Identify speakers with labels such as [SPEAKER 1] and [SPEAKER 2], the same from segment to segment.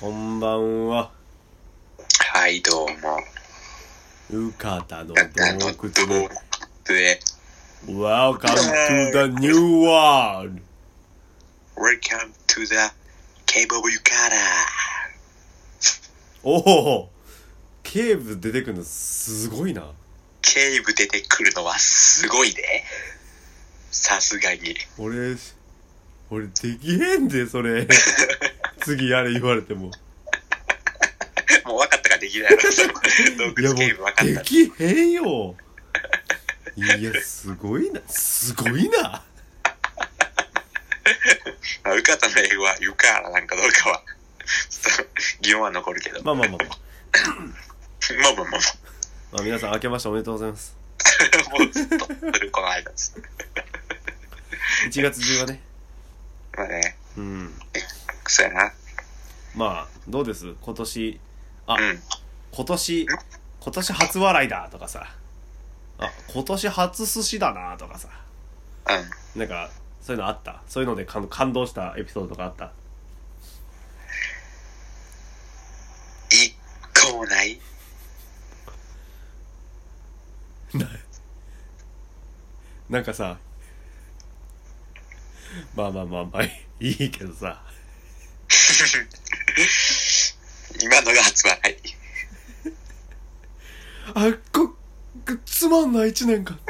[SPEAKER 1] こんばんは。
[SPEAKER 2] はい、どうも。
[SPEAKER 1] うかたの
[SPEAKER 2] あの、
[SPEAKER 1] 洞
[SPEAKER 2] ど
[SPEAKER 1] 窟。
[SPEAKER 2] うで、
[SPEAKER 1] Welcome to the new world!
[SPEAKER 2] Welcome to the Cave of Yukata!
[SPEAKER 1] おおケーブ出てくるのすごいな。
[SPEAKER 2] ケイブ出てくるのはすごいね。さすがに。
[SPEAKER 1] 俺、俺できへんで、それ。次あれ言われても。
[SPEAKER 2] もう分かったからできないの。その洞
[SPEAKER 1] いや
[SPEAKER 2] 窟
[SPEAKER 1] も
[SPEAKER 2] ケイブ分か
[SPEAKER 1] う、
[SPEAKER 2] っ
[SPEAKER 1] で
[SPEAKER 2] た。
[SPEAKER 1] きへんよ。いや、すごいな。すごいな。
[SPEAKER 2] まあ、ウカタの英語はユカーラなんかどうかは、ちょっと疑問は残るけど。ま
[SPEAKER 1] まあまあまあまあ。
[SPEAKER 2] あ まあまあま
[SPEAKER 1] まあ、皆さん明けましておめでとうございます。
[SPEAKER 2] あ。もうずっと、それこの間です。
[SPEAKER 1] 1月中はね。
[SPEAKER 2] まあね、
[SPEAKER 1] うん。
[SPEAKER 2] そうやな。
[SPEAKER 1] まあ、どうです今年、あ
[SPEAKER 2] う、ん。
[SPEAKER 1] 今年、今年初笑いだとかさ、あ、今年初寿司だなとかさ、
[SPEAKER 2] うん。
[SPEAKER 1] なんか、そういうのあったそういうので感感動したエピソードとかあった
[SPEAKER 2] 一個もない
[SPEAKER 1] なんかさ、まあまあまあまあ、いいけどさ、
[SPEAKER 2] 今のが初笑い。
[SPEAKER 1] あ、こ、くつまんない一年間。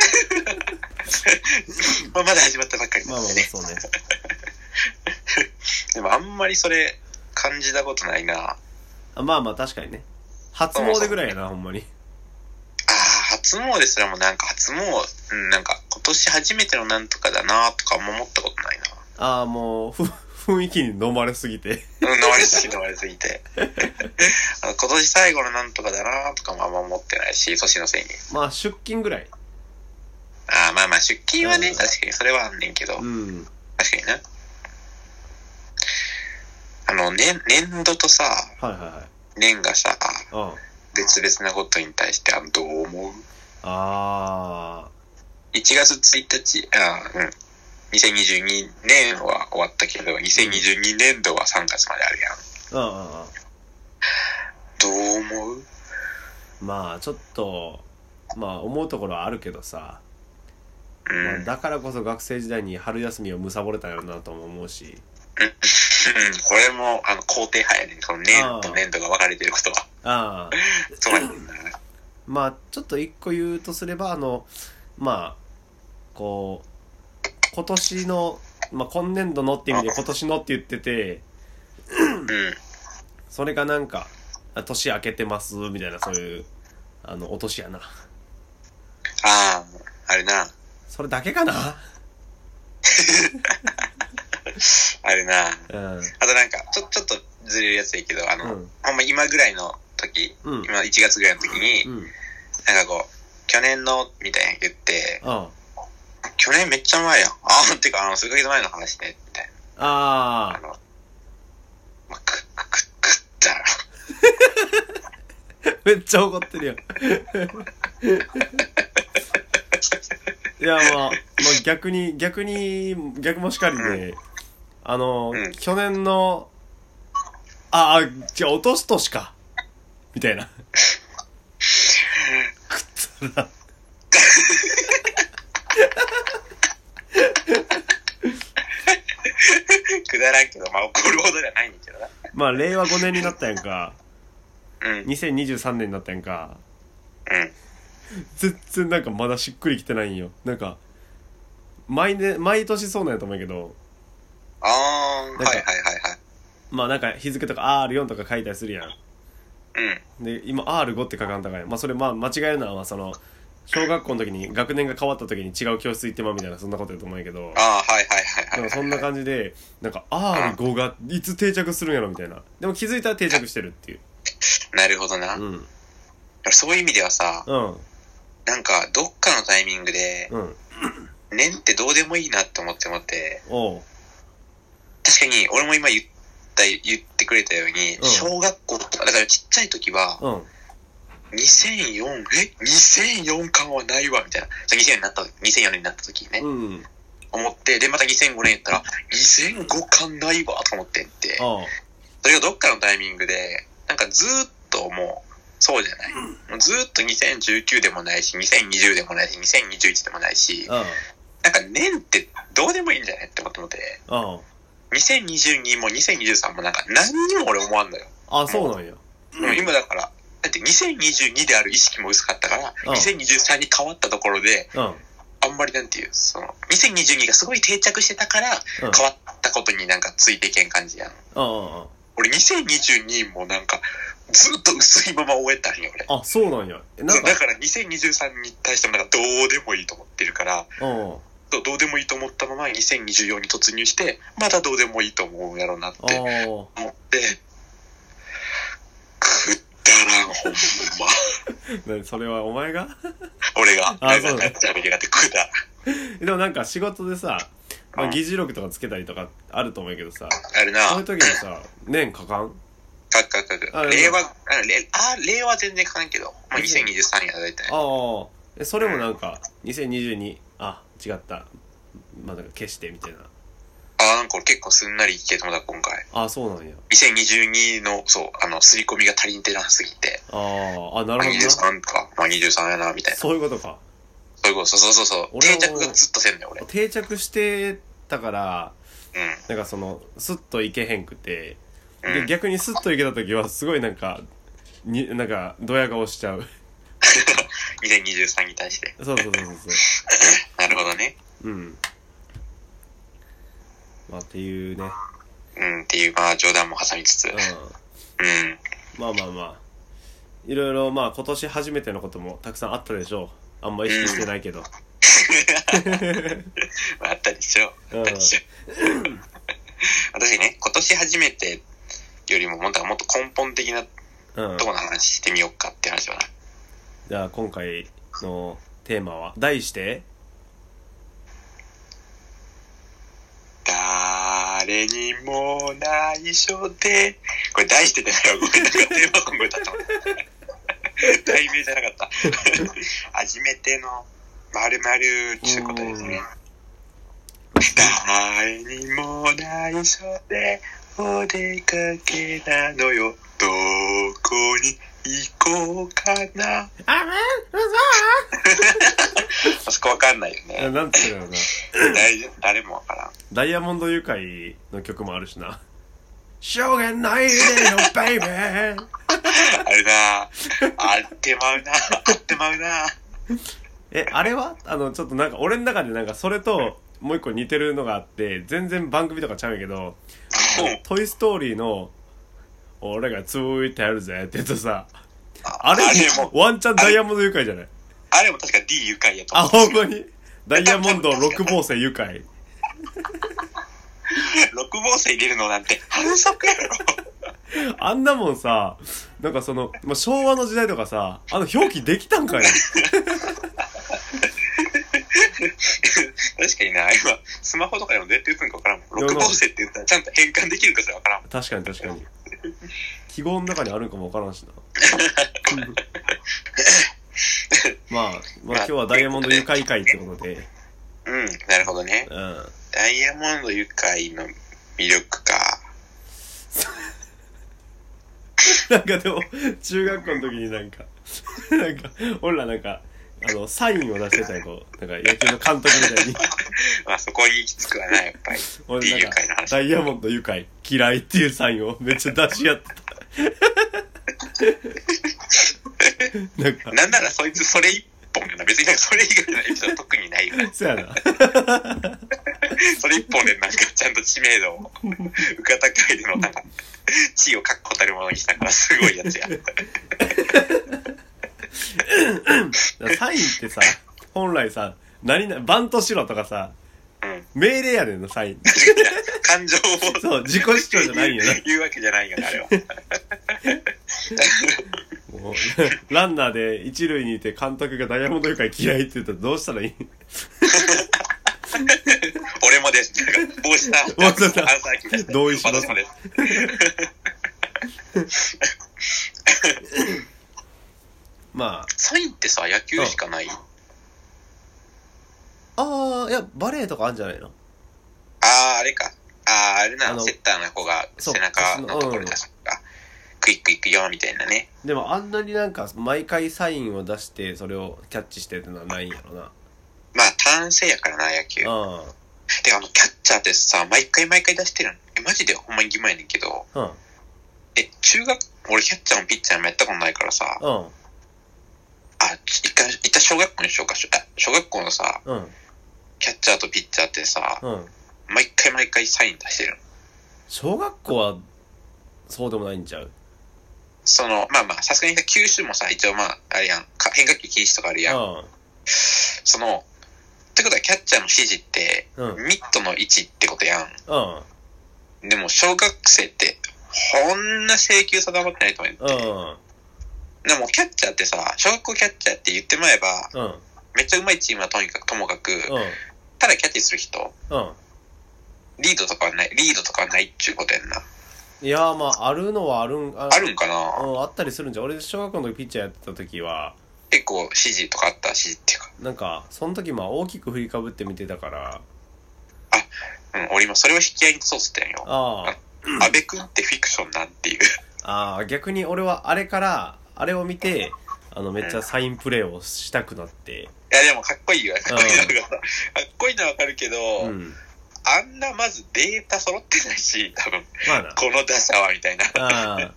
[SPEAKER 2] まあ、まだ始まったばっかり
[SPEAKER 1] まあまあまあ、
[SPEAKER 2] なんでね。
[SPEAKER 1] そうね。
[SPEAKER 2] でもあんまりそれ感じたことないな。あ
[SPEAKER 1] あまあまあ、確かにね。初詣ぐらいやな、ほんまに。
[SPEAKER 2] あ、初詣すらもなんか初詣、うん、なんか今年初めてのなんとかだなとかも思ったことない
[SPEAKER 1] ああ、もう、ふ、雰囲気に飲まれすぎて。
[SPEAKER 2] な。うん、飲まれすぎ飲まれすぎて。 あの今年最後のなんとかだなとかもあんま思ってないし、年のせいに。
[SPEAKER 1] まあ、出勤ぐらい。
[SPEAKER 2] ああ、まあまあ出勤は
[SPEAKER 1] う
[SPEAKER 2] ね、
[SPEAKER 1] ん
[SPEAKER 2] 確かにそれはあんねんけど。
[SPEAKER 1] うん。
[SPEAKER 2] 確かにな。あの、年、年度とさ、
[SPEAKER 1] はいはいはい。
[SPEAKER 2] 年がさ、
[SPEAKER 1] うん。
[SPEAKER 2] 別々なことに対して、あの、どう思う
[SPEAKER 1] ああ、
[SPEAKER 2] 1月1日、あうん。2022年は終わったけど、2022年度は3月まであるやん。
[SPEAKER 1] うんうんうん。
[SPEAKER 2] どう思う
[SPEAKER 1] まあちょっとまあ思うところはあるけどさ、
[SPEAKER 2] う
[SPEAKER 1] まあ
[SPEAKER 2] ん。
[SPEAKER 1] だからこそ学生時代に春休みを貪れたよなとも思うし
[SPEAKER 2] うんこれも、あの、肯定派やねん。その年と年度が分かれてることは。
[SPEAKER 1] ああ
[SPEAKER 2] そうやねんな。
[SPEAKER 1] まあちょっと一個言うとすればあのまあこう今年の、まあ、今年度のって意味で今年のって言ってて
[SPEAKER 2] うん。
[SPEAKER 1] それがなんかあ年明けてますみたいなそういうあのお年やな
[SPEAKER 2] ああ、あれな。
[SPEAKER 1] それだけかな
[SPEAKER 2] あれ
[SPEAKER 1] う
[SPEAKER 2] な。
[SPEAKER 1] ん
[SPEAKER 2] あとなんか、ちょ、ちょっとずれるやつやけど、あの、
[SPEAKER 1] うん
[SPEAKER 2] ほんま今ぐらいの時、
[SPEAKER 1] うん
[SPEAKER 2] 今1月ぐらいの時に、
[SPEAKER 1] うん
[SPEAKER 2] なんかこう、去年の、みたいな言って、
[SPEAKER 1] あ
[SPEAKER 2] 去年めっちゃ前やん。ああ、てか、あの、数ヶ月前の話ね、みたいな。あ
[SPEAKER 1] あ
[SPEAKER 2] の、まあ、く、く、く、くったら、
[SPEAKER 1] めっちゃ怒ってるよ。いや、まあ、まあ、逆に、逆に、逆もしかりで、あの、
[SPEAKER 2] うん
[SPEAKER 1] 去年の、ああ、じゃあ落とす年か。みたい な。食ったな。
[SPEAKER 2] くだらんけど、まあ、怒るほどじゃないんだけどな。
[SPEAKER 1] まあ、令和5年になったやんか。
[SPEAKER 2] うん、うん。
[SPEAKER 1] 2023年になったやんか。全然なんかまだしっくりきてないんよ。なんか、毎年、毎年そうなんやと思うんやけど、
[SPEAKER 2] ああ、はい
[SPEAKER 1] んか
[SPEAKER 2] はいはいはい。
[SPEAKER 1] まあなんか日付とか R4 とか書いたりするやん。
[SPEAKER 2] うん。
[SPEAKER 1] で今 R5 って書かんとかやまあそれまあ間違えるのはまあその小学校の時に学年が変わった時に違う教室行ってまうみたいなそんなことやと思うんやけど
[SPEAKER 2] ああ、はいはいはいはい。
[SPEAKER 1] でもそんな感じでなんか R5 がいつ定着するんやろみたいなでも気づいたら定着してるっていう
[SPEAKER 2] なるほどな。
[SPEAKER 1] う
[SPEAKER 2] だか
[SPEAKER 1] ん
[SPEAKER 2] らそういう意味ではさ、
[SPEAKER 1] うん
[SPEAKER 2] なんか、どっかのタイミングで、
[SPEAKER 1] うん
[SPEAKER 2] 年ってどうでもいいなって思って思って、
[SPEAKER 1] おう
[SPEAKER 2] 確かに、俺も今言った、言ってくれたように、
[SPEAKER 1] ん
[SPEAKER 2] 小学校とか、だからちっちゃい時は、
[SPEAKER 1] うん
[SPEAKER 2] 2004、え ?2004 感はないわ、みたいな。そう2004になった、2004年になった時にね、
[SPEAKER 1] うん
[SPEAKER 2] 思って、で、また2005年やったら、2005感ないわ、と思ってって、
[SPEAKER 1] あ
[SPEAKER 2] それがどっかのタイミングで、なんかずーっともう、そうじゃない。もうずーっと2019でもないし、2020でもないし、2021でもないし、
[SPEAKER 1] う
[SPEAKER 2] なんか年ってどうでもいいんじゃないってことで、
[SPEAKER 1] ん。うん。
[SPEAKER 2] 2022も2023もなんか何にも俺思わんのよ。
[SPEAKER 1] あ、そうなんや。
[SPEAKER 2] もう今だから、だって2022である意識も薄かったから、
[SPEAKER 1] うん
[SPEAKER 2] 2023に変わったところで、
[SPEAKER 1] うん。
[SPEAKER 2] あんまりなんていう、その、2022がすごい定着してたから、
[SPEAKER 1] うん
[SPEAKER 2] 変わったことになんかついていけん感じやん。
[SPEAKER 1] うんうんうん。
[SPEAKER 2] 俺2022もなんか、ずっと薄いまま終えたんよ、俺。
[SPEAKER 1] あ、そうなんや。えなん
[SPEAKER 2] そう
[SPEAKER 1] か
[SPEAKER 2] だ、から2023に対してもなんかどうでもいいと思ってるから、
[SPEAKER 1] うん。あ
[SPEAKER 2] そうどうでもいいと思ったまま2024に突入して、まだどうでもいいと思うんやろうなって
[SPEAKER 1] あー。
[SPEAKER 2] 思って、くったらん、ほんま。
[SPEAKER 1] なそれはお前が
[SPEAKER 2] 俺が、
[SPEAKER 1] あ
[SPEAKER 2] な
[SPEAKER 1] そうだ
[SPEAKER 2] んかやっちゃうやがって、くだ。
[SPEAKER 1] でもなんか仕事でさ、ま
[SPEAKER 2] う
[SPEAKER 1] あ、
[SPEAKER 2] ん
[SPEAKER 1] 議事録とかつけたりとかあると思うけどさ、
[SPEAKER 2] あるな。
[SPEAKER 1] そういう時にさ、年かかん
[SPEAKER 2] かっかっかっ
[SPEAKER 1] あ
[SPEAKER 2] か。
[SPEAKER 1] れ
[SPEAKER 2] 令和、あ、れあ令和全然書かないけど、まあ、2023や、だいたい。
[SPEAKER 1] ああ。えそれもなんか、2022、あ、違った。まあ、なんか消してみたいな。
[SPEAKER 2] あ、なんか俺結構すんなりいけたもだ、今回。
[SPEAKER 1] あ、そうなんや。
[SPEAKER 2] 2022の、そう、あの、刷り込みが足りんてなすぎて、
[SPEAKER 1] あーあ、なるほ
[SPEAKER 2] まあ、
[SPEAKER 1] どな。
[SPEAKER 2] 23か、まあ、23やな、みたいな。
[SPEAKER 1] そういうことか。
[SPEAKER 2] そういうこと、そうそうそうそう。
[SPEAKER 1] 俺は
[SPEAKER 2] 定着がずっとせんね、俺。うん。
[SPEAKER 1] 定着してたから、
[SPEAKER 2] う
[SPEAKER 1] なんかその、スッといけへんくて、で、
[SPEAKER 2] ん。
[SPEAKER 1] 逆にスッといけた時は、すごいなんか、に、なんか、ドヤ顔しちゃう。
[SPEAKER 2] 2023に対して。
[SPEAKER 1] そうそうそうそうそ
[SPEAKER 2] なるほどね。
[SPEAKER 1] う。うん。まあ、っていうね。
[SPEAKER 2] うん、っていう、まあ、冗談も挟みつつ。
[SPEAKER 1] う
[SPEAKER 2] うん。
[SPEAKER 1] ん。
[SPEAKER 2] うん。
[SPEAKER 1] まあまあまあいろいろまあ今年初めてのこともたくさんあったでしょうあんま意識してないけど、
[SPEAKER 2] まあ、あったでしょ。
[SPEAKER 1] うん
[SPEAKER 2] あったでしょ。 私ね、今年初めてよりも、もっともっと根本的な
[SPEAKER 1] うん
[SPEAKER 2] とこの話してみようかって話はな。
[SPEAKER 1] じゃあ今回のテーマは題して
[SPEAKER 2] 誰にも内緒で、これ題してたよ。ごめんなさい。テーマソング歌ったもん。題名じゃなかった。初めての〇〇っていうことですね。誰にも内緒でお出かけなのよ。どこに行こうかな。
[SPEAKER 1] あめ
[SPEAKER 2] あそこわかんないよね。
[SPEAKER 1] なんつうのよな
[SPEAKER 2] 大丈夫誰もわからん。
[SPEAKER 1] ダイヤモンドユカイの曲もあるしなしょうがないでよベイベー
[SPEAKER 2] あれなあってまうなあってまうな
[SPEAKER 1] えあれはあのちょっとなんか俺の中でなんかそれともう一個似てるのがあって全然番組とかちゃうんやけど
[SPEAKER 2] うん
[SPEAKER 1] トイ・ストーリーの、俺がついてやるぜって言うとさ、あれ
[SPEAKER 2] あれも
[SPEAKER 1] ワンチャンダイヤモンド愉快じゃない
[SPEAKER 2] あれも確か D 愉快やと
[SPEAKER 1] あ、
[SPEAKER 2] 思う。
[SPEAKER 1] ほんまにダイヤモンド六房星愉快。
[SPEAKER 2] 六房星入れるのなんて反則やろ。
[SPEAKER 1] あんなもんさ、なんかその、まあ、昭和の時代とかさ、あの表記できたんかい
[SPEAKER 2] 確かにな、今、スマホとかでもどうやって打つんかわからんもん。六房星って言ったらちゃんと変換できるかすらわからんもん。
[SPEAKER 1] 確かに確かに。記号の中にあるんかもわからんし な。まあ、まあ今日はダイヤモンド愉快会ってことで、
[SPEAKER 2] うん、なるほどね。
[SPEAKER 1] うん。
[SPEAKER 2] ダイヤモンド愉快の魅力か。
[SPEAKER 1] なんかでも、中学校の時になんか、なんか、俺らなんか、あの、サインを出してたよ、こう、なんか野球の監督みたいに。
[SPEAKER 2] まあそこに行き着くわな、やっぱ り。
[SPEAKER 1] 俺
[SPEAKER 2] D
[SPEAKER 1] なん
[SPEAKER 2] 愉
[SPEAKER 1] か
[SPEAKER 2] 快の、話。
[SPEAKER 1] ダイヤモンド愉快、嫌いっていうサインをめ っちゃ出し合ってた。なんか、
[SPEAKER 2] なんならそいつそれ一本やな。別になんかそれ以外のエピソード特にないよな。
[SPEAKER 1] そやな。
[SPEAKER 2] それ一本でなんかちゃんと知名度を、うかた会でのなんか、地位を確固たるものにしたからすごいやつや。
[SPEAKER 1] サインってさ、本来さ、何々、バントしろとかさ、
[SPEAKER 2] うん。
[SPEAKER 1] 命令やねんの、サイン。
[SPEAKER 2] 感情 を。
[SPEAKER 1] そう、自己主張じゃないよな。
[SPEAKER 2] 言うわけじゃないよね、あれは。
[SPEAKER 1] もう ランナーで一塁にいて監督がダイヤモンド愉快嫌いって言ったらどうしたらいい
[SPEAKER 2] 俺もです。なんか、帽子さ、
[SPEAKER 1] 帽子さん
[SPEAKER 2] アンサー来ました
[SPEAKER 1] 同意します
[SPEAKER 2] 私もです。
[SPEAKER 1] まあ、
[SPEAKER 2] サインってさ、野球しかない。
[SPEAKER 1] ああ、いや、バレエとかあるんじゃないの
[SPEAKER 2] あー、あれか。ああ、あれな
[SPEAKER 1] あ
[SPEAKER 2] の、
[SPEAKER 1] の
[SPEAKER 2] セッターの子が
[SPEAKER 1] そう
[SPEAKER 2] 背中のところに出すか、クイックいくよ、みたいなね。
[SPEAKER 1] でもあんなになんか毎回サインを出してそれをキャッチしてってのはないんやろな
[SPEAKER 2] まあ、単性やからな、野球。
[SPEAKER 1] うん
[SPEAKER 2] で、あの、キャッチャーってさ、毎回毎回出してるの。え、マジでほんまに疑問やねんけど、
[SPEAKER 1] うん
[SPEAKER 2] え、中学、俺キャッチャーもピッチャーもやったことないからさ、あ、
[SPEAKER 1] うん
[SPEAKER 2] ち一回、一旦小学校にしようか、しょあ小学校のさ、
[SPEAKER 1] うん
[SPEAKER 2] キャッチャーとピッチャーってさ、
[SPEAKER 1] うん
[SPEAKER 2] 毎回毎回サイン出してるの。
[SPEAKER 1] 小学校はそうでもないんちゃう
[SPEAKER 2] その、まあまあ、さすがにさ、九州もさ、一応まあ、あれやん、か変化球禁止とかあるやん。その、ってことはキャッチャーの指示って、
[SPEAKER 1] うんうん
[SPEAKER 2] ミットの位置ってことや
[SPEAKER 1] うん
[SPEAKER 2] ん。でも、小学生って、こんな請求定まってないと思う。
[SPEAKER 1] うん
[SPEAKER 2] でも、キャッチャーってさ、小学校キャッチャーって言ってまえば、
[SPEAKER 1] うん
[SPEAKER 2] めっちゃ上手いチームはとにかく、ともかく、
[SPEAKER 1] う
[SPEAKER 2] ただキャッチする人、
[SPEAKER 1] んうん
[SPEAKER 2] リードとかはない、リードとかはないっちゅうことやんな。
[SPEAKER 1] いやーまああるのはあるんあ
[SPEAKER 2] あるんかな
[SPEAKER 1] うん、あったりするんじゃん俺小学校の時ピッチャーやってた時は
[SPEAKER 2] 結構指示とかあった指示っていうか。
[SPEAKER 1] なんかその時まあ大きく振りかぶって見てたから
[SPEAKER 2] うん、俺今それを引き合いにそうっつったんよ。
[SPEAKER 1] あ
[SPEAKER 2] 安部君ってフィクションなんていう。
[SPEAKER 1] あああ逆に俺はあれからあれを見てあのめっちゃサインプレーをしたくなって
[SPEAKER 2] いや、でもかっこいいよ。かっこいいのがかっこいいのはわかるけど、
[SPEAKER 1] うん
[SPEAKER 2] あんなまずデータ揃ってないし、多分、
[SPEAKER 1] まあな
[SPEAKER 2] この打者はみたいな。
[SPEAKER 1] ああ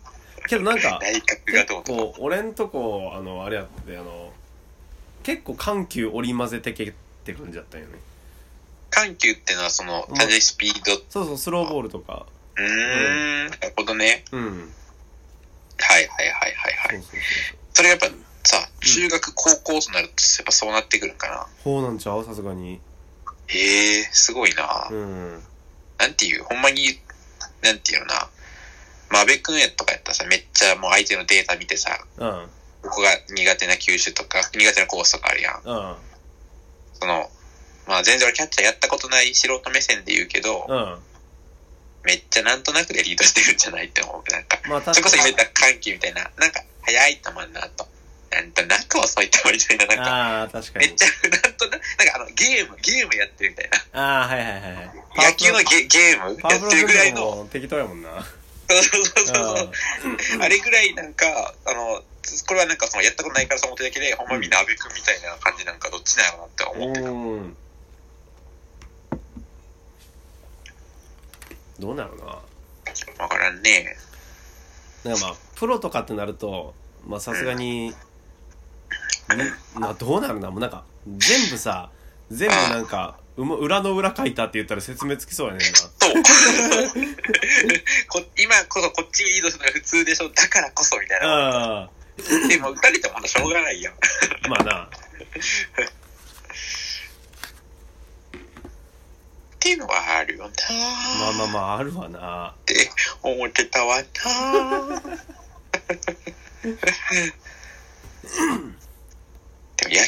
[SPEAKER 1] けどなんか
[SPEAKER 2] 内角が
[SPEAKER 1] 結
[SPEAKER 2] どうとか。
[SPEAKER 1] 構俺んとこあのあれやっててあの結構緩急織り交ぜてけって感じだったんよね
[SPEAKER 2] 緩急ってのはその、
[SPEAKER 1] うん
[SPEAKER 2] 単純にスピード。う
[SPEAKER 1] そうそうスローボールとか
[SPEAKER 2] ーん、なるほどね。
[SPEAKER 1] うん
[SPEAKER 2] はいはいはいはいは
[SPEAKER 1] そう
[SPEAKER 2] い。
[SPEAKER 1] そうそう
[SPEAKER 2] それやっぱさ、中学、高校となると、やっぱそうなってくるんかな。
[SPEAKER 1] ほうなんちゃうさすがに
[SPEAKER 2] へえ、すごいな
[SPEAKER 1] う。ん
[SPEAKER 2] なんていう、ほんまに、なんていうのな。まあ、安部君やとかやったらさ、めっちゃもう相手のデータ見てさ、
[SPEAKER 1] うん
[SPEAKER 2] ここが苦手な球種とか、苦手なコースとかあるやん。
[SPEAKER 1] うん
[SPEAKER 2] その、まあ全然俺キャッチャーやったことない素人目線で言うけど、
[SPEAKER 1] うん
[SPEAKER 2] めっちゃなんとなくでリードしてるんじゃないって思う。なんか、
[SPEAKER 1] まあ
[SPEAKER 2] そ
[SPEAKER 1] 確
[SPEAKER 2] れこ
[SPEAKER 1] か
[SPEAKER 2] そ今
[SPEAKER 1] に
[SPEAKER 2] 言った歓喜みたいな、なんか早い球になと。なんとなく遅い球みたいな、なんか、
[SPEAKER 1] ああ確か
[SPEAKER 2] め
[SPEAKER 1] に
[SPEAKER 2] っちゃ、なんとなく、なんかあの、ゲーム、ゲームやってるみたいな。
[SPEAKER 1] ああはいはいはいはい
[SPEAKER 2] 野球のゲゲーム
[SPEAKER 1] パワ
[SPEAKER 2] や
[SPEAKER 1] ープ
[SPEAKER 2] っ
[SPEAKER 1] ロ
[SPEAKER 2] てるぐらい
[SPEAKER 1] で
[SPEAKER 2] の、
[SPEAKER 1] も適当やもんなあ
[SPEAKER 2] そうそうそうそ
[SPEAKER 1] あ
[SPEAKER 2] う。あれぐらいなんか、あの、これはなんかそのやったことないからそう思ってるだけで、ほんまみんな阿部君みたいな感じなんかどっちなのかなって思ってた。
[SPEAKER 1] うんどうなるな
[SPEAKER 2] わからんね。
[SPEAKER 1] なんかまあプロとかってなるとまあさすがに、んまあ、どうなるなもうなんか全部さ全部なんかうも裏の裏書いたって言ったら説明つきそうやねんな
[SPEAKER 2] そう。 こ今こそこっちにリードするのが普通でしょ、だからこそみたいな。
[SPEAKER 1] あ
[SPEAKER 2] でも打たれてもまだしょうがないやん。
[SPEAKER 1] あまあな
[SPEAKER 2] っていうのはあるよな
[SPEAKER 1] まあまあ
[SPEAKER 2] ーっ
[SPEAKER 1] まああるわな
[SPEAKER 2] て思ってたわな ーでも野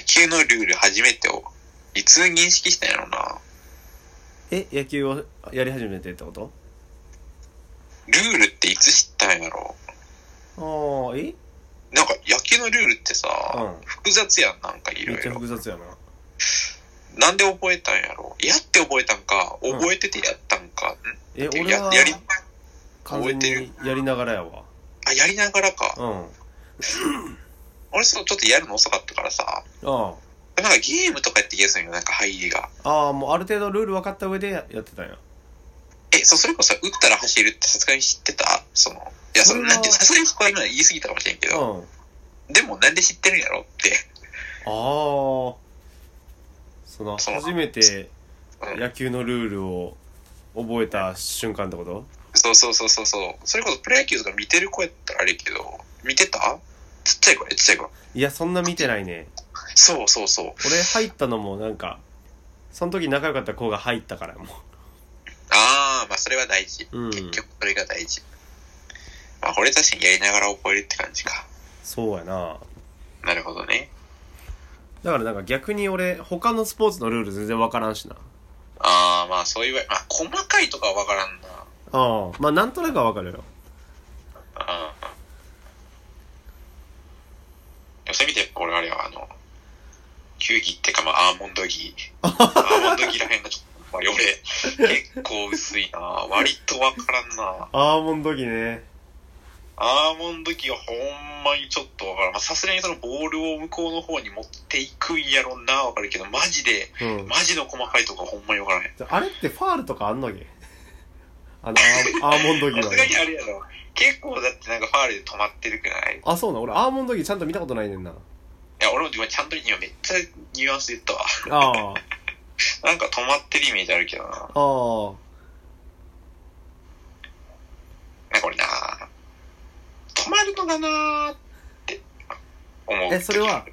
[SPEAKER 2] 球のルール初めてを、いつ認識したんやろな。
[SPEAKER 1] え野球をやり始めてってこと
[SPEAKER 2] ルールっていつ知ったんやろ
[SPEAKER 1] ああえ
[SPEAKER 2] なんか野球のルールってさ、
[SPEAKER 1] うん
[SPEAKER 2] 複雑やん、なんかい
[SPEAKER 1] め
[SPEAKER 2] ろ
[SPEAKER 1] っ
[SPEAKER 2] い
[SPEAKER 1] ちゃ
[SPEAKER 2] ろ。
[SPEAKER 1] 複雑やな
[SPEAKER 2] なんで覚えたんやろやって覚えたんか、覚えててやったんか。ん
[SPEAKER 1] え
[SPEAKER 2] や
[SPEAKER 1] 俺は
[SPEAKER 2] やり
[SPEAKER 1] 完全にやりながらやわ
[SPEAKER 2] あやりながらか、
[SPEAKER 1] うん
[SPEAKER 2] 俺そうちょっとやるの遅かったからさ
[SPEAKER 1] あ
[SPEAKER 2] なんかゲームとかやってきやすいよなんか入りが
[SPEAKER 1] あああもうある程度ルール分かった上でややってたんや
[SPEAKER 2] えそうそれこそ打ったら走るってさすがに知ってたそのいやそ
[SPEAKER 1] そ
[SPEAKER 2] れ
[SPEAKER 1] れは
[SPEAKER 2] なんてさすがにそこは今言い過ぎたかもしれんけ
[SPEAKER 1] う
[SPEAKER 2] ど、
[SPEAKER 1] ん
[SPEAKER 2] でもなんで知ってるんやろって
[SPEAKER 1] ああその
[SPEAKER 2] そう
[SPEAKER 1] 初めて
[SPEAKER 2] うん
[SPEAKER 1] 野球のルールを覚えた瞬間ってこと
[SPEAKER 2] そうそうそうそうそうそれこそプロ野球とか見てる子やったらあれやけど見てたちっちゃい子ちっちゃい子
[SPEAKER 1] いやそんな見てないね
[SPEAKER 2] そうそうそう
[SPEAKER 1] 俺入ったのもなんかその時仲良かった子が入ったからも
[SPEAKER 2] ああまあそれは大事、
[SPEAKER 1] ううん
[SPEAKER 2] 結局それが大事まあこれ確かにやりながら覚えるって感じか
[SPEAKER 1] そうやな
[SPEAKER 2] なるほどね
[SPEAKER 1] だからなんか逆に俺他のスポーツのルール全然分からんしな
[SPEAKER 2] ああまあそういうわまあ細かいとかは分からんな
[SPEAKER 1] ああまあなんとなくは分かるよ
[SPEAKER 2] ああ。でもそういう意味でやっぱ俺あれはあの、球技ってかまあアーモンドギー、アーモンドギーらへんがちょっとまあ、俺、結構薄いな割とわからんな
[SPEAKER 1] アーモンドギね
[SPEAKER 2] アーモンド機がほんまにちょっとわからん。まあ、さすがにそのボールを向こうの方に持っていくんやろんなわかるけど、マジで、
[SPEAKER 1] うん
[SPEAKER 2] マジの細かいとこほんまにわからへん。
[SPEAKER 1] あれってファールとかあんのげ あのアーアーモンドギ
[SPEAKER 2] さ
[SPEAKER 1] は
[SPEAKER 2] すがにあれやろ。結構だってなんかファールで止まってるくないい
[SPEAKER 1] あそうなん俺アーモンドギちゃんと見たことないねんな
[SPEAKER 2] や、俺も今ちゃんと今めっちゃニュアンスで言ったわ。
[SPEAKER 1] ああ
[SPEAKER 2] なんか止まってるイメージあるけどな。
[SPEAKER 1] ああ
[SPEAKER 2] なんか俺な止まるのかなーって思う。
[SPEAKER 1] えそれは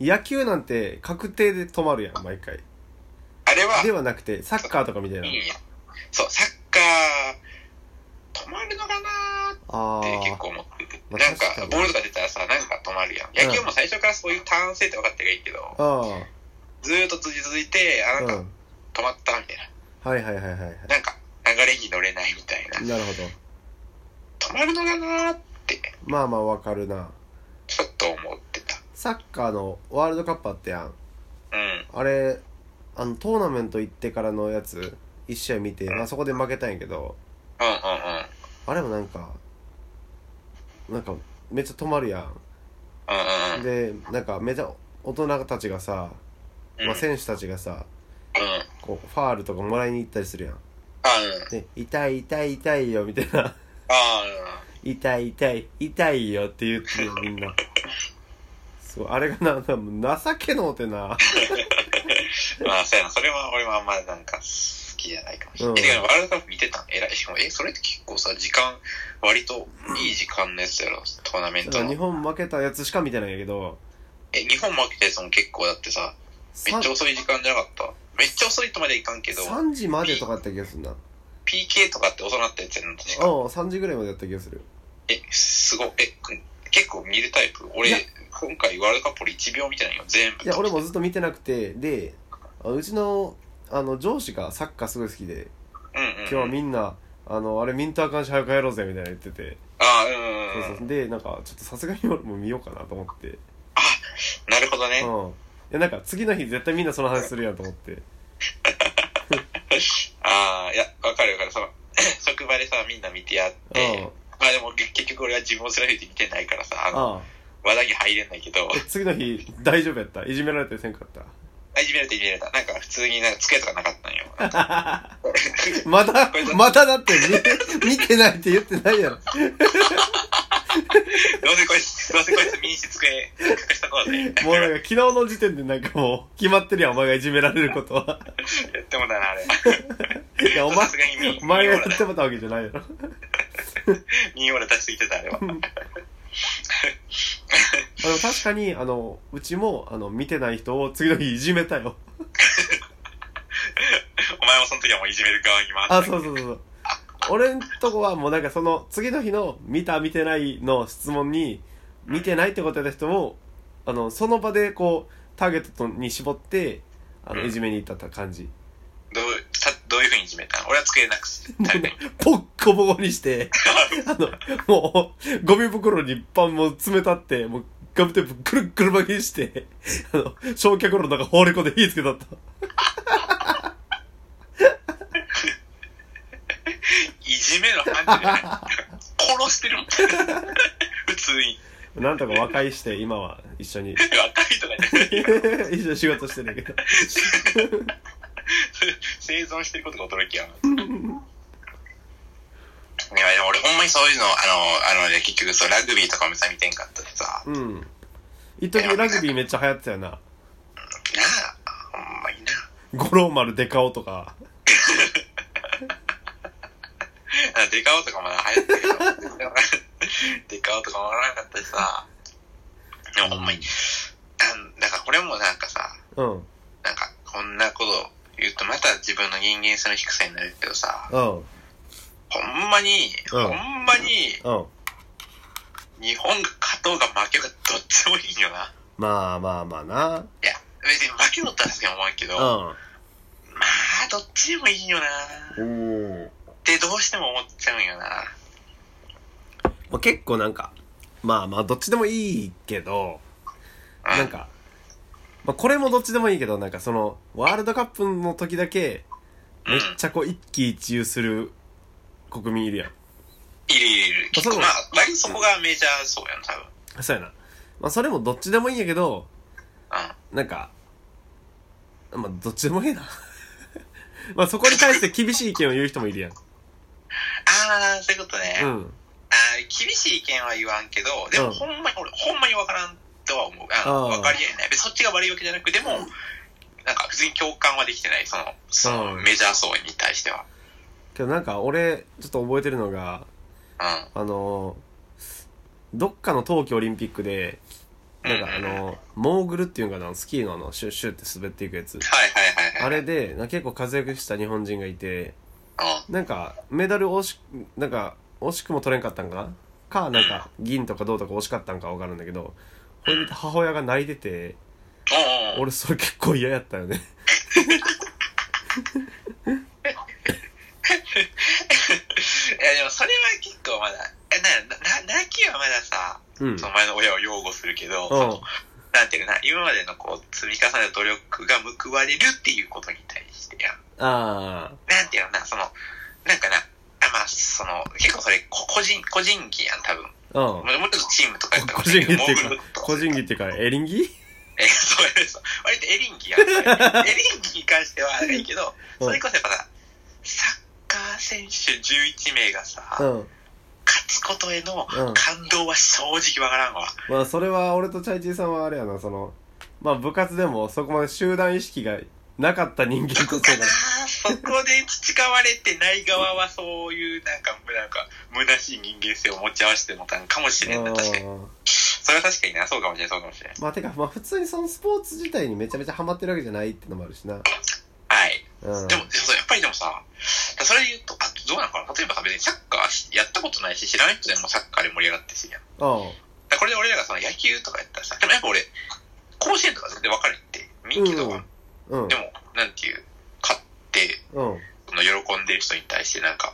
[SPEAKER 1] 野球なんて確定で止まるやん毎回
[SPEAKER 2] あれは、
[SPEAKER 1] ではなくてサッカーとかみたいない
[SPEAKER 2] いんや。そう、サッカー、止まるのかなーって。
[SPEAKER 1] あ
[SPEAKER 2] って結
[SPEAKER 1] あ
[SPEAKER 2] 構思ってて、
[SPEAKER 1] まあ
[SPEAKER 2] なん
[SPEAKER 1] 確か
[SPEAKER 2] か
[SPEAKER 1] に
[SPEAKER 2] ボールとか出たらさなんか止まるやん野球も最初からそういうターン性って分かってるがいいけど、
[SPEAKER 1] あ
[SPEAKER 2] ずーっと続いて
[SPEAKER 1] あ
[SPEAKER 2] あ
[SPEAKER 1] う
[SPEAKER 2] なんんか止まったみたい
[SPEAKER 1] はいはいはいはいは
[SPEAKER 2] ななんか流れに乗れないみたいない
[SPEAKER 1] なるほど
[SPEAKER 2] 止まるのかなーって
[SPEAKER 1] まあまあわかるな
[SPEAKER 2] ちょっと思ってた
[SPEAKER 1] サッカーのワールドカップあったやん
[SPEAKER 2] うん
[SPEAKER 1] あれあのトーナメント行ってからのやつ1試合見て、まあ、そこで負けたんやけど
[SPEAKER 2] うんうんうん
[SPEAKER 1] あれもなんかなんかめっちゃ止まるや
[SPEAKER 2] うんうん
[SPEAKER 1] ん
[SPEAKER 2] うん
[SPEAKER 1] でなんかめっちゃ大人たちがさ、
[SPEAKER 2] うん
[SPEAKER 1] まあ、選手たちがさこうファールとかもらいに行ったりするやん
[SPEAKER 2] あうん
[SPEAKER 1] で痛い痛い痛いよみたいな
[SPEAKER 2] あ
[SPEAKER 1] 痛い痛い痛いよって言ってるみんなそうあれがなな情けのうてな
[SPEAKER 2] うんまあそうやなそれは俺もあんまなんか好きじゃないかもしれな
[SPEAKER 1] うん
[SPEAKER 2] い、えてかワールドカップ見てたん偉いしかもえそれって結構さ時間割といい時間のやつやろトーナメン
[SPEAKER 1] だ
[SPEAKER 2] ト
[SPEAKER 1] から
[SPEAKER 2] の
[SPEAKER 1] 日本負けたやつしか見てないんやけど
[SPEAKER 2] え、日本負けたやつも結構だってさ、めっちゃ遅い時間じゃなかった。めっちゃ遅いとまでいかんけど、
[SPEAKER 1] 3時までとかやった気がするな
[SPEAKER 2] PK とかって遅なったやつやなんてし
[SPEAKER 1] う
[SPEAKER 2] か。
[SPEAKER 1] ん3時ぐらいまでやった気がする
[SPEAKER 2] え、すごい。え、結構見るタイプ俺
[SPEAKER 1] いや、
[SPEAKER 2] 今回ワールドカップ俺1秒見てないよ、全部。
[SPEAKER 1] いや俺もずっと見てなくてであうちのあの上司がサッカーすごい好きで
[SPEAKER 2] うんうん。
[SPEAKER 1] 今日はみんなあのあれミントあかんし早く帰ろうぜみたいなの言ってて
[SPEAKER 2] あーうんうんうん。
[SPEAKER 1] そうそうでなんかちょっとさすがに俺も見ようかなと思ってうんい
[SPEAKER 2] あ、なるほどね。
[SPEAKER 1] やなんか次の日絶対みんなその話するやんと思って
[SPEAKER 2] ああ、いや、わかるわかる。その、 職場でさ、みんな見てやっ
[SPEAKER 1] うん
[SPEAKER 2] て、まあでも結局俺は自分を貫いて見てないからさ、あの、
[SPEAKER 1] ああ
[SPEAKER 2] 話題に入れないけど、
[SPEAKER 1] え次の日大丈夫やったいじめられてせんかった
[SPEAKER 2] あいじめられていじめられた。なんか普通になんか机とかなかった んよ。なんか
[SPEAKER 1] また
[SPEAKER 2] これだ
[SPEAKER 1] まただって 見見てないって言ってないやろ
[SPEAKER 2] どうせこいつ、どうせこいつ、民主机隠したこうぜ。
[SPEAKER 1] もうなんか昨日の時点でなんかもう決まってるやんお前がいじめられること は
[SPEAKER 2] や ってもだな、あ
[SPEAKER 1] い
[SPEAKER 2] れ。
[SPEAKER 1] やお前
[SPEAKER 2] さすがに民
[SPEAKER 1] お前が
[SPEAKER 2] 民
[SPEAKER 1] や
[SPEAKER 2] オ
[SPEAKER 1] ってもらったわけじゃないやろ
[SPEAKER 2] ラ、民オラ出しすぎてた、あれは。
[SPEAKER 1] あの確かにあのうちもあの見てない人を次の日いじめたよ
[SPEAKER 2] お前もその時はもういじめる側に回って。
[SPEAKER 1] あそうそうそうそう俺んとこはもうなんかその次の日の見た見てないの質問に見てないって答えた人をあのその場でこうターゲットに絞ってあの
[SPEAKER 2] うん
[SPEAKER 1] いじめに行ったって感じ
[SPEAKER 2] どう、たどういう風にいじめたの俺は机なくすタ イプや。
[SPEAKER 1] ポッコボコにしてあのもうゴミ袋にパンもう詰めたってもうガムテープくるっくる巻きにしてあの焼却炉の中放り込んで火つけたった
[SPEAKER 2] いじめの犯人じゃない。殺してるもん。普通に。
[SPEAKER 1] なんとか和解して今は一緒に
[SPEAKER 2] 若いとかじゃない。
[SPEAKER 1] 一緒に仕事してんだけど
[SPEAKER 2] 生存してることが驚きやな。いや、でも俺ほんまにそういうの、あの、あのね、結局そう、ラグビーとかもさ、見てんかったしさ。
[SPEAKER 1] うん一時ラグビーめっちゃ流行ってたよな
[SPEAKER 2] なあ、ほんまにな。
[SPEAKER 1] 五郎丸デカオとか
[SPEAKER 2] あデカオとかもな、流行ったけど、デカオとかもおらなかったしさ、でもほんまに、なんだからこれもなんかさ、
[SPEAKER 1] うんうん
[SPEAKER 2] なんかこんなこと言うとまた自分の人間性の低さになるけどさ、
[SPEAKER 1] うん
[SPEAKER 2] ほんまに、
[SPEAKER 1] うん
[SPEAKER 2] ほんまに、日本が勝とうが負けようがどっちでもいいよな。
[SPEAKER 1] まあまあまあない
[SPEAKER 2] や、別に負けろったら確かに思わんけど、まあ、どっちでもいいよな。っ
[SPEAKER 1] うんお
[SPEAKER 2] てどうしても思っちゃうんよな。
[SPEAKER 1] お結構なんかまあまあどっちでもいいけど
[SPEAKER 2] うん
[SPEAKER 1] なんか、まあ、これもどっちでもいいけどなんかそのワールドカップの時だけめっちゃこう一喜一憂する国民いるやん
[SPEAKER 2] いるいるいる。結構まあ、割とそこがメジャーそうやん、多分。
[SPEAKER 1] そうやな。まあ、それもどっちでもいいんやけど、
[SPEAKER 2] うん。
[SPEAKER 1] なんか、まあ、どっちでもいいな。 まあ、そこに対して厳しい意見を言う人もいるやん。
[SPEAKER 2] ああ、そういうことね。
[SPEAKER 1] う
[SPEAKER 2] あ
[SPEAKER 1] ん。
[SPEAKER 2] あー厳しい意見は言わんけど、で
[SPEAKER 1] うん
[SPEAKER 2] もほんまに俺、ほんまにわからんとは思う。あ
[SPEAKER 1] あー
[SPEAKER 2] わかり合えない。別にそっちが悪いわけじゃなく、でも、なんか普通に共感はできてない、その、その
[SPEAKER 1] うん
[SPEAKER 2] メジャー層に対しては。
[SPEAKER 1] けどなんか、俺、ちょっと覚えてるのが、
[SPEAKER 2] うん。
[SPEAKER 1] あのーどっかの冬季オリンピックで、なんかあのーモーグルっていうんかな、スキーのあの、シュッシュッって滑っていくやつ。
[SPEAKER 2] はいはいはいはい。
[SPEAKER 1] あれで、なんか結構活躍した日本人がいて、
[SPEAKER 2] う
[SPEAKER 1] なんか、メダル惜し、なんか、惜しくも取れんかったんかなか、なんか、銀とか銅とか惜しかったんかわかるんだけど、これ見て母親が泣いてて、
[SPEAKER 2] ん。 うん。
[SPEAKER 1] 俺それ結構嫌やったよね。
[SPEAKER 2] いやでもそれは結構まだ、え、な、な、泣きはまださ、
[SPEAKER 1] うん。
[SPEAKER 2] その前の親を擁護するけど、
[SPEAKER 1] う
[SPEAKER 2] そ
[SPEAKER 1] ん
[SPEAKER 2] の。なんていうかな、今までのこう、積み重ねた努力が報われるっていうことに対してやん。
[SPEAKER 1] ああ、
[SPEAKER 2] なんていうのかな、その、なんかな、あまあ、その、結構それ、こ個人、個人技やん、多
[SPEAKER 1] う
[SPEAKER 2] 分。
[SPEAKER 1] ん。
[SPEAKER 2] もうもうちょっとチームとかやった
[SPEAKER 1] 個
[SPEAKER 2] もし
[SPEAKER 1] 人
[SPEAKER 2] れん
[SPEAKER 1] 技
[SPEAKER 2] け
[SPEAKER 1] っ
[SPEAKER 2] ど
[SPEAKER 1] てい
[SPEAKER 2] モーグ
[SPEAKER 1] う
[SPEAKER 2] ル
[SPEAKER 1] か、
[SPEAKER 2] と
[SPEAKER 1] 個人技っていうか、エリンギ
[SPEAKER 2] え、そうやそう。割とエリンギやん。エ リンギに関しては、いいけど、
[SPEAKER 1] うん
[SPEAKER 2] それこそやっぱさ、サッカー選手11名がさ、
[SPEAKER 1] うん。
[SPEAKER 2] 勝つことへの
[SPEAKER 1] うん
[SPEAKER 2] 感動は正直わからんわ。
[SPEAKER 1] まあ、それは俺とチャイチーさんはあれやな、その、まあ部活でもそこまで集団意識がなかった人間
[SPEAKER 2] そ
[SPEAKER 1] こそ
[SPEAKER 2] こかな
[SPEAKER 1] が、
[SPEAKER 2] そこで培われてない側はそういうなんか、なんか、虚しい人間性を持ち合わせてもたんか もしれんな。確かに。
[SPEAKER 1] うん
[SPEAKER 2] それは確かにな、そうかもしれん、そうかもしれん。
[SPEAKER 1] まあてか、まあ普通にそのスポーツ自体にめちゃめちゃハマってるわけじゃないってのもあるしな。
[SPEAKER 2] はい。
[SPEAKER 1] うん。
[SPEAKER 2] でも、そうやっぱりでもさ、それで言うと、あとどうなのかな例えばさ、別にサッカーやったことないし、知らない人でもサッカーで盛り上がってするやん。だ
[SPEAKER 1] あ
[SPEAKER 2] からこれで俺らがその野球とかやったらさ、でもやっぱ俺、甲子園とか全然分かるって、見んけど、
[SPEAKER 1] うん。うん
[SPEAKER 2] で。も、なんていう、勝って、
[SPEAKER 1] うん。
[SPEAKER 2] その喜んでる人に対してなんか、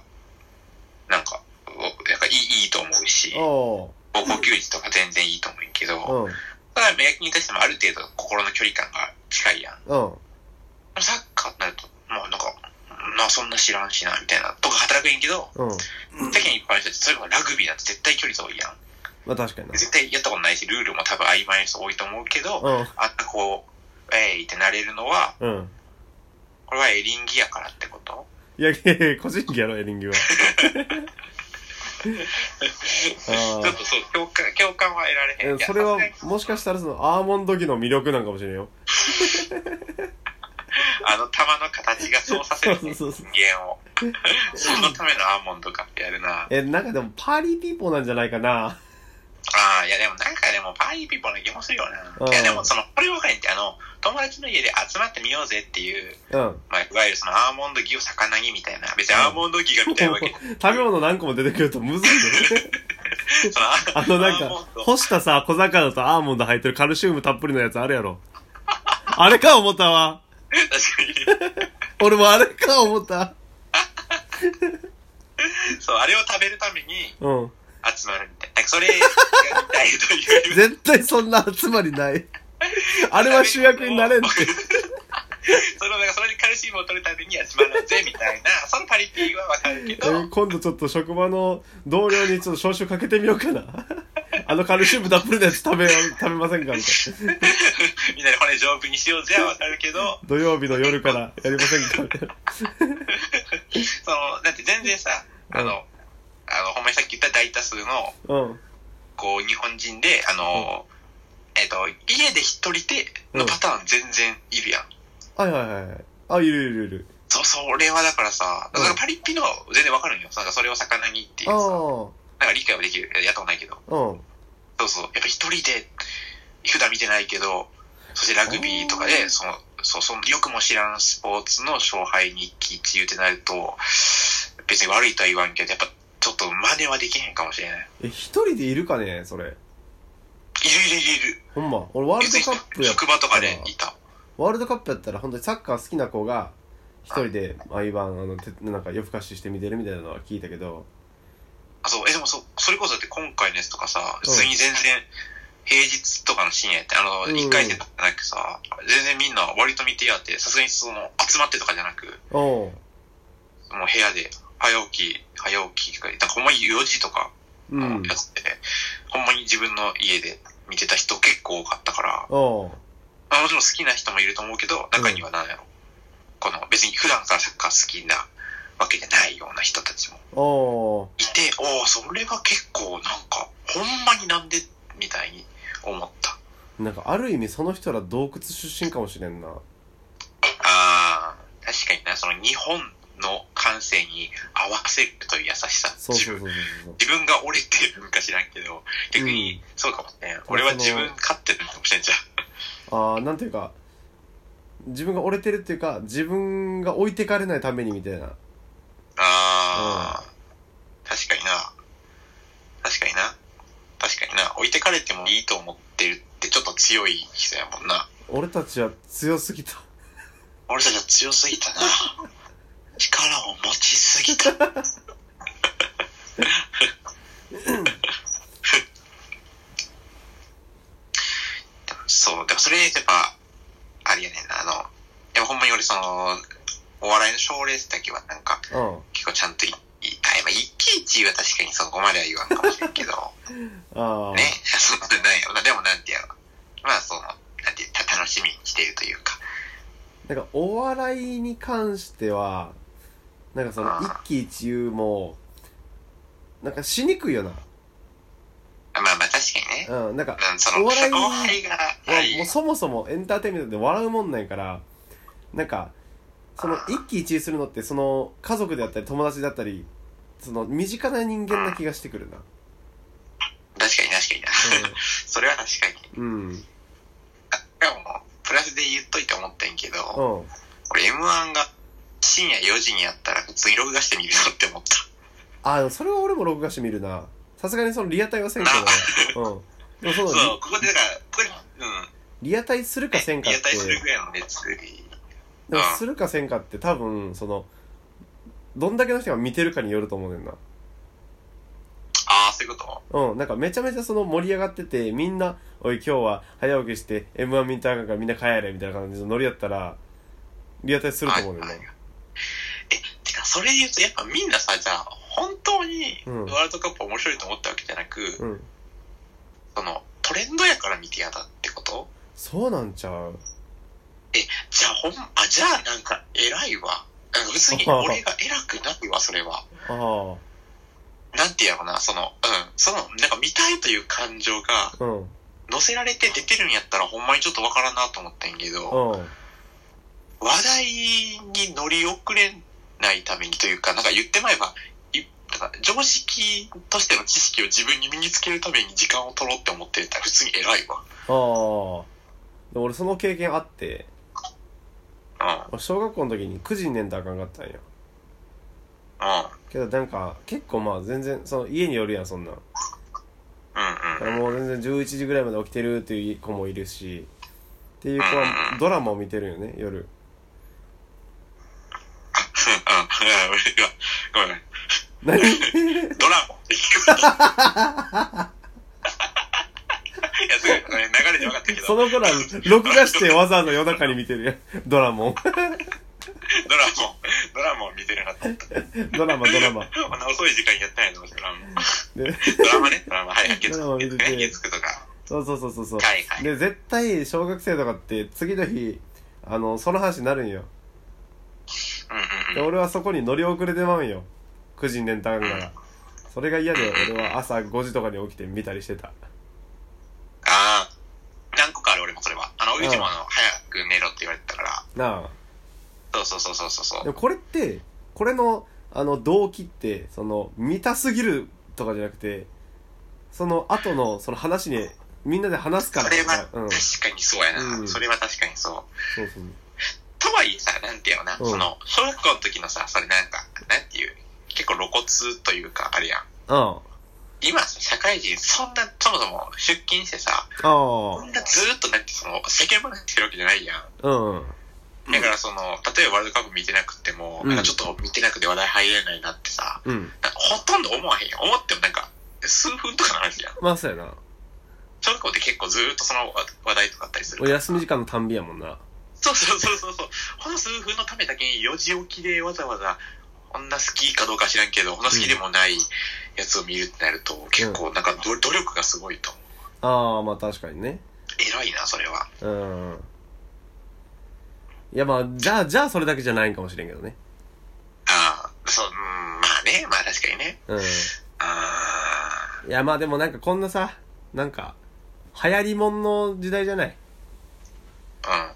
[SPEAKER 2] なんか、おなんかいいいいと思うし、
[SPEAKER 1] お
[SPEAKER 2] 高校球児とか全然いいと思うんけど、
[SPEAKER 1] う。うん。
[SPEAKER 2] ただ野球に対してもある程度心の距離感が近いやん。
[SPEAKER 1] うん。
[SPEAKER 2] サッカーになると、まあなんか、まあそんな知らんしな、みたいな、とか働くんやけど、
[SPEAKER 1] うん。
[SPEAKER 2] 世間一般の人って、それこそラグビーなんて絶対距離遠いやん。
[SPEAKER 1] まあ確かにな。
[SPEAKER 2] 絶対やったことないし、ルールも多分曖昧な人多いと思うけど、
[SPEAKER 1] うん。
[SPEAKER 2] あんなこう、えいってなれるのは、
[SPEAKER 1] うん。
[SPEAKER 2] これはエリンギやからってこと
[SPEAKER 1] いや、いやいや個人技やろ、エリンギは。
[SPEAKER 2] ちょっとそう、共感、共感は得られへ
[SPEAKER 1] え
[SPEAKER 2] ん。いや
[SPEAKER 1] それは
[SPEAKER 2] さすがに
[SPEAKER 1] もしかしたらそのアーモンド技の魅力なんかもしれんよ。
[SPEAKER 2] あの玉の形が そうさせる ね
[SPEAKER 1] そう
[SPEAKER 2] 人
[SPEAKER 1] そう
[SPEAKER 2] 間を。そのためのアーモンドかってやるな。
[SPEAKER 1] え、なんかでもパーリーピーポーなんじゃないかな。
[SPEAKER 2] ああ、いやでもなんかでもパーリーピーポーな気もするよ
[SPEAKER 1] うん
[SPEAKER 2] な。いやでもその、これ分かんないって、あの、友達の家で集まってみようぜっていう、
[SPEAKER 1] うん。
[SPEAKER 2] まあ、いわゆるそのアーモンドギを魚にみたいな、別にアーモンドギが見たいわけじゃない
[SPEAKER 1] 食べ物何個も出てくるとむずい よ。
[SPEAKER 2] その
[SPEAKER 1] あのなん
[SPEAKER 2] アーモ
[SPEAKER 1] か
[SPEAKER 2] ンド、
[SPEAKER 1] 干したさ、小魚とアーモンド入ってるカルシウムたっぷりのやつあるやろ。あれか思ったわ。
[SPEAKER 2] 確か
[SPEAKER 1] 俺もあれか思った。
[SPEAKER 2] に。そう、あれを食べるために
[SPEAKER 1] うん。
[SPEAKER 2] 集まるみたいな。なんかそれが見たいという。
[SPEAKER 1] 絶対そんな集まりない。あれは主役になれんって。
[SPEAKER 2] そのなんかそれでカルシウムを取るために集まるぜみたいな、そのパリピはわかるけ
[SPEAKER 1] え
[SPEAKER 2] ど、
[SPEAKER 1] ー今度ちょっと職場の同僚にちょっと招集かけてみようかな。 あのカルシウムたっぷりのやつ食べ、食べませんかみたいな。
[SPEAKER 2] みんなで骨丈夫にしようぜはわかるけど、
[SPEAKER 1] 土曜日の夜からやりませんかみたいな。
[SPEAKER 2] その、だって全然さ、あの、あの、ほんまにさっき言った大多数の、
[SPEAKER 1] うん。
[SPEAKER 2] こう、日本人で、あの、えっと、家で一人でのパターン全然いるやん。
[SPEAKER 1] はいはいはいはい。あ、いるいるいる。
[SPEAKER 2] そう、それはだからさ、だからパリピのは全然わかるんよ。なんかそれを魚にっていう
[SPEAKER 1] あ
[SPEAKER 2] さ。
[SPEAKER 1] あ。
[SPEAKER 2] なんか理解はできる。やったことないけど。
[SPEAKER 1] うん。
[SPEAKER 2] そうそう。やっぱ一人で、普段見てないけど、そしてラグビーとか
[SPEAKER 1] あー
[SPEAKER 2] で、その、そう、その、よくも知らんスポーツの勝敗に一喜一憂ってなると、別に悪いとは言わんけど、やっぱちょっと真似はできへんかもしれない。
[SPEAKER 1] え、一人でいるかねそれ。
[SPEAKER 2] いるいるいるいる。
[SPEAKER 1] ほんま。俺ワー
[SPEAKER 2] 別
[SPEAKER 1] ル
[SPEAKER 2] に
[SPEAKER 1] ドカップや、
[SPEAKER 2] 職場とかでいた。
[SPEAKER 1] ワールドカップやったら本当にサッカー好きな子が、一人で毎晩、あの、てなんか夜更かしして見てるみたいなのは聞いたけど。
[SPEAKER 2] あ、そう、え、でもそう、それこそだって今回のやつとかさ、
[SPEAKER 1] う
[SPEAKER 2] 普
[SPEAKER 1] ん
[SPEAKER 2] 通に全然、平日とかの深夜やって、あ
[SPEAKER 1] うん
[SPEAKER 2] の、一回戦とかなくさ、全然みんな割と見てやって、さすがにその、集まってとかじゃなく、
[SPEAKER 1] おう
[SPEAKER 2] もう部屋で早起き、早起きが、だからほんまに4時とか
[SPEAKER 1] う
[SPEAKER 2] の
[SPEAKER 1] ん
[SPEAKER 2] やつで、ほんまに自分の家で見てた人結構多かったから、
[SPEAKER 1] おう
[SPEAKER 2] まあ、もちろん好きな人もいると思うけど、中には何やろ、この別に普段からサッカー好きなわけじゃないような人たちも
[SPEAKER 1] おう
[SPEAKER 2] いて、おお、それが結構なんか、ほんまになんでみたいに思った。
[SPEAKER 1] なんかある意味その人ら洞窟出身かもしれんな
[SPEAKER 2] あー、確かにな、その日本の感性に合わせるという優しさ。
[SPEAKER 1] そうそうそうそうそう
[SPEAKER 2] 自分が折れてるんか知らんけど、逆に、そうかもね。俺は自分勝ってるのかもしれんじゃん。
[SPEAKER 1] ああなんていうか自分が折れてるっていうか自分が置いてかれないためにみたいな
[SPEAKER 2] ああ、確かにな。確かにな。確かにな。置いてかれてもいいと思ってるってちょっと強い人やもんな。
[SPEAKER 1] 俺たちは強すぎた
[SPEAKER 2] 俺たちは強すぎたな。力を持ちすぎた。そう、でもそれやっぱ、あれやねんな、あの、でもほんまに俺その、お笑いの賞レースだけはなんか、
[SPEAKER 1] うん
[SPEAKER 2] 結構ちゃんとい、いあ、まあ、一騎一騎は確かにそこまでは言わんかもしれんけど、
[SPEAKER 1] ああ
[SPEAKER 2] ね、 そんなことないよ。まあでもなんてやろ。まあその、なんていうた楽しみにしているというか。
[SPEAKER 1] なんかお笑いに関してはなんかその
[SPEAKER 2] あー
[SPEAKER 1] 一喜一憂もなんかしにくいよな
[SPEAKER 2] まあまあ確かにね。
[SPEAKER 1] うんなんか
[SPEAKER 2] うん、そ
[SPEAKER 1] お
[SPEAKER 2] の、お
[SPEAKER 1] 笑
[SPEAKER 2] 笑
[SPEAKER 1] い
[SPEAKER 2] いが、はい
[SPEAKER 1] もうそもそもエンターテインメントで笑うもんないからなんかその一喜一憂するのってその家族であったり友達だったりその身近な人間な気がしてく るな
[SPEAKER 2] 確かに確かにな。 それは確かに。
[SPEAKER 1] うんうん
[SPEAKER 2] でも、プラスで言っといて思ってんけ
[SPEAKER 1] う
[SPEAKER 2] ど、
[SPEAKER 1] ん
[SPEAKER 2] これ M1 が深夜4時にやったら普通に録画してみるぞって思った。
[SPEAKER 1] あでもそれは俺も録画してみるなさすがにそのリアタイはせんけ どうんでもその
[SPEAKER 2] そう、ここでだから、ここに、うん。
[SPEAKER 1] リリアタイするかせんかっ
[SPEAKER 2] リア
[SPEAKER 1] て
[SPEAKER 2] タイするぐらいの熱意。
[SPEAKER 1] でも
[SPEAKER 2] うん
[SPEAKER 1] するかせんかって多分そのどんだけの人が見てるかによると思うねんな
[SPEAKER 2] ああ、そういうこと
[SPEAKER 1] うんなんかめちゃめちゃその盛り上がっててみんな「おい今日は早起きして m 1見たらんからみんな帰れ」みたいな感じのノリやったらリアタイすると思うねんな
[SPEAKER 2] はいはいえ、てか、それで言うと、やっぱみんなさ、じゃあ、本当に
[SPEAKER 1] うん
[SPEAKER 2] ワールドカップ面白いと思ったわけじゃなく、
[SPEAKER 1] うん
[SPEAKER 2] その、トレンドやから見てやだってこと
[SPEAKER 1] そうなんちゃう
[SPEAKER 2] じゃあ、ほん、あ、じゃあ、なんか、偉いわ。なんか、普通に俺が偉くなるわ、それは。
[SPEAKER 1] あ
[SPEAKER 2] なんて言うのかな、その、うん、その、なんか見たいという感情が、
[SPEAKER 1] あうん
[SPEAKER 2] 乗せられて出てるんやったら、ほんまにちょっとわからんなと思ってんけど、
[SPEAKER 1] うん
[SPEAKER 2] 話題に乗り遅れないためにというか、なんか言ってまえば、いなんか常識としての知識を自分に身につけるために時間を取ろうって思ってたら普通に偉いわ。
[SPEAKER 1] ああでも俺その経験あって
[SPEAKER 2] うん、
[SPEAKER 1] 俺小学校の時に9時に寝んとあかんかったんよ
[SPEAKER 2] うん、
[SPEAKER 1] けどなんか結構まあ全然その家によるやんそんなんだか
[SPEAKER 2] うん、う
[SPEAKER 1] ら
[SPEAKER 2] ん。
[SPEAKER 1] もう全然11時ぐらいまで起きてるっていう子もいるしっていう子はドラマを見てるよね夜
[SPEAKER 2] ごめん。
[SPEAKER 1] 何
[SPEAKER 2] ドラゴンって聞こえた。いや、すごい、ごめん流れで分かったけ ど。
[SPEAKER 1] その子ら録画してわざわざ夜中に見てるよ ドラマを
[SPEAKER 2] ドラゴン、ドラゴンを見てるなと思った。
[SPEAKER 1] ドラマドラマ
[SPEAKER 2] あんな遅い時間にやってないの、ドラマ。
[SPEAKER 1] で
[SPEAKER 2] ドラマね、ドラマ。はい、月
[SPEAKER 1] ドラマ見
[SPEAKER 2] 9
[SPEAKER 1] て
[SPEAKER 2] と
[SPEAKER 1] て
[SPEAKER 2] かね、月9とか。
[SPEAKER 1] そうそうそうそうそう
[SPEAKER 2] はいはい
[SPEAKER 1] で絶対小学生とかって次の日あのその話になるんよ
[SPEAKER 2] うんうんうん。
[SPEAKER 1] で俺はそこに乗り遅れてまうんよ9時に寝んとあかんからそれが嫌で俺は朝5時とかに起きて見たりしてた
[SPEAKER 2] ああ。何個かある俺もそれは。あの、
[SPEAKER 1] うん
[SPEAKER 2] うちもあの、早く寝ろって言われてたから。
[SPEAKER 1] なあ
[SPEAKER 2] そうそうそうそうそうそ
[SPEAKER 1] でも
[SPEAKER 2] う。
[SPEAKER 1] これってこれのあの動機ってその見たすぎるとかじゃなくてその後のその話にみんなで話すから
[SPEAKER 2] それは
[SPEAKER 1] う
[SPEAKER 2] 確
[SPEAKER 1] ん
[SPEAKER 2] かにそうやな。
[SPEAKER 1] うん
[SPEAKER 2] それは確かにそう。
[SPEAKER 1] そうそう
[SPEAKER 2] とはいえさ、なんていうのな、
[SPEAKER 1] うん
[SPEAKER 2] その、小学校の時のさ、それなんか、なんていう、結構露骨というか、あれやん。
[SPEAKER 1] あ
[SPEAKER 2] 今さ、社会人、そんな、そもそも出勤してさ、
[SPEAKER 1] ああ
[SPEAKER 2] そんなずーっとなんてその、世間話してるわけじゃないやん。
[SPEAKER 1] あうん
[SPEAKER 2] だからその、例えばワールドカップ見てなくても、
[SPEAKER 1] うん
[SPEAKER 2] なんかちょっと見てなくて話題入れないなってさ、
[SPEAKER 1] うん
[SPEAKER 2] なんかほとんど思わへんやん。思ってもなんか、数分とかの話やん。
[SPEAKER 1] まあそうやな
[SPEAKER 2] 小学校って結構ずーっとその話題とかあったりする
[SPEAKER 1] お
[SPEAKER 2] から
[SPEAKER 1] 休み時間のたんびやもんな
[SPEAKER 2] そうそうそうそうそう。この数分のためだけに4時起きでわざわざ女好きかどうかは知らんけど、女好きでもないやつを見るってなると、結構なんかど努力がすごいと思う。
[SPEAKER 1] ああまあ確かにね
[SPEAKER 2] 偉いな、それは。
[SPEAKER 1] うんいやまあじゃあじゃあそれだけじゃないんかもしれんけどね
[SPEAKER 2] ああ、そう、うん、まあね、まあ確かにね。
[SPEAKER 1] うん
[SPEAKER 2] ああ、
[SPEAKER 1] いやまあでもなんかこんなさなんか流行りもんの時代じゃない
[SPEAKER 2] うん。ま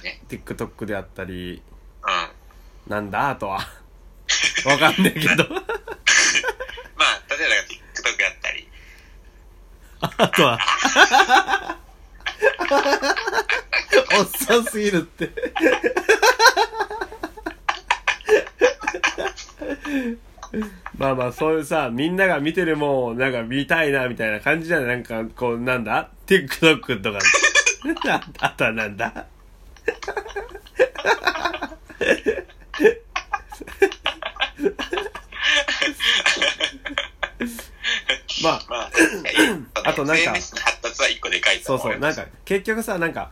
[SPEAKER 2] あね、
[SPEAKER 1] TikTok であったり
[SPEAKER 2] うん。
[SPEAKER 1] なんだあとはわかんないけど
[SPEAKER 2] まあ、例えばなんか TikTok やったり、
[SPEAKER 1] あとはおっさんすぎるってまあまあそういうさみんなが見てるもんなんか見たいなみたいな感じじゃないなんかこうなんだ TikTok とかなんだあとはなんだまあ
[SPEAKER 2] まあ、
[SPEAKER 1] あとなんか
[SPEAKER 2] SNS の発達は一個でかいと
[SPEAKER 1] そう
[SPEAKER 2] 思う
[SPEAKER 1] そ
[SPEAKER 2] よ
[SPEAKER 1] う。なんか、結局さ、なんか、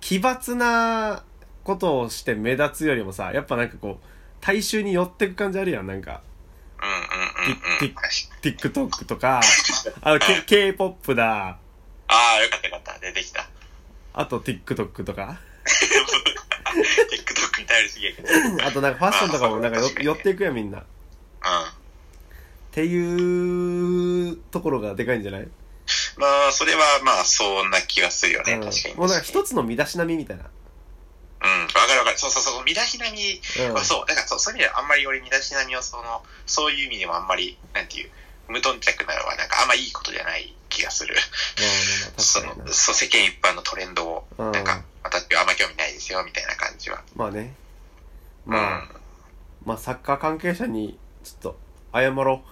[SPEAKER 1] 奇抜なことをして目立つよりもさ、やっぱなんかこう、大衆に寄ってく感じあるやん、なんか。
[SPEAKER 2] うんうんうんう
[SPEAKER 1] ティ
[SPEAKER 2] ん。
[SPEAKER 1] TikTok とか、あの、K- K-POP だ、
[SPEAKER 2] ああ、よかったよかった。出てきた。
[SPEAKER 1] あと TikTok とか。
[SPEAKER 2] TikTok に頼りすぎやけど。うん。
[SPEAKER 1] あとなんかファッションとかもなんかよ寄っていくやん、みんな。っ
[SPEAKER 2] ま
[SPEAKER 1] ていうところがでかいんじゃない、
[SPEAKER 2] あ、それはまあ、そんな気がするよね。
[SPEAKER 1] うん
[SPEAKER 2] 確かに。
[SPEAKER 1] もうなんか
[SPEAKER 2] うん。
[SPEAKER 1] 一つの身だしなみみたいな。
[SPEAKER 2] わかるわかる。そうそうそう。身だしなみ
[SPEAKER 1] うん。
[SPEAKER 2] はそう。だからそう、そういう意味ではあんまり俺身だしなみをその、そういう意味でもあんまり、なんていう、無頓着なのはなんかあんまいいことじゃない気がする。そ
[SPEAKER 1] うんまあまあ確かに、
[SPEAKER 2] の
[SPEAKER 1] な
[SPEAKER 2] そう世間一般のトレンドを、
[SPEAKER 1] うん
[SPEAKER 2] なんか、私はあんま興味ないですよ、みたいな感じは。
[SPEAKER 1] まあね。まあ。
[SPEAKER 2] うん
[SPEAKER 1] まあ、サッカー関係者に、ちょっと、謝ろ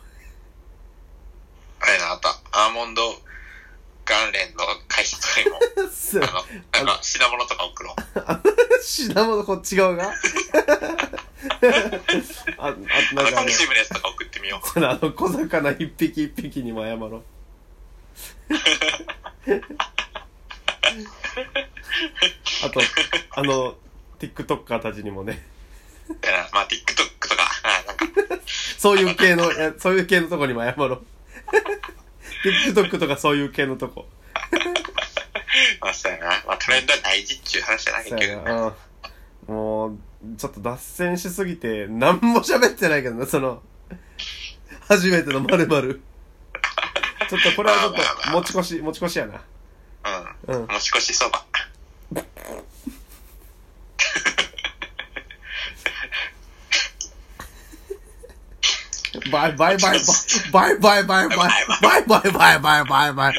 [SPEAKER 2] あれな、あと、アーモンド関連の会社とか にも、
[SPEAKER 1] う。す
[SPEAKER 2] あの、なんか品物とか送ろう。
[SPEAKER 1] 品物こっち側が あ、あ、
[SPEAKER 2] あ
[SPEAKER 1] な
[SPEAKER 2] の、
[SPEAKER 1] んかあ
[SPEAKER 2] コン
[SPEAKER 1] の
[SPEAKER 2] シームのやつとか送って みよう。
[SPEAKER 1] その、あの小魚一匹一匹にも謝ろう。あと、あの、TikToker たちにもね、
[SPEAKER 2] だから、まあ、TikTok とか、 あ なんか、
[SPEAKER 1] そういう系の、いやそういう系のとこにも謝ろう。TikTok とかそういう系のとこ。
[SPEAKER 2] まあ、そうやな。まあ、トレンドは大事っちゅう話じゃないけ
[SPEAKER 1] そ
[SPEAKER 2] ど
[SPEAKER 1] う、やな、うん。もう、ちょっと脱線しすぎて、何も喋ってないけどな、その、初めての〇〇。ちょっとこれはちょっ
[SPEAKER 2] まあまあまあ
[SPEAKER 1] と、持ち越し、持ち越しやな。
[SPEAKER 2] う
[SPEAKER 1] うん
[SPEAKER 2] ん。。もし越しそば。
[SPEAKER 1] バイバイバイバイバイバイバイバイバイバイバイバイバイバイ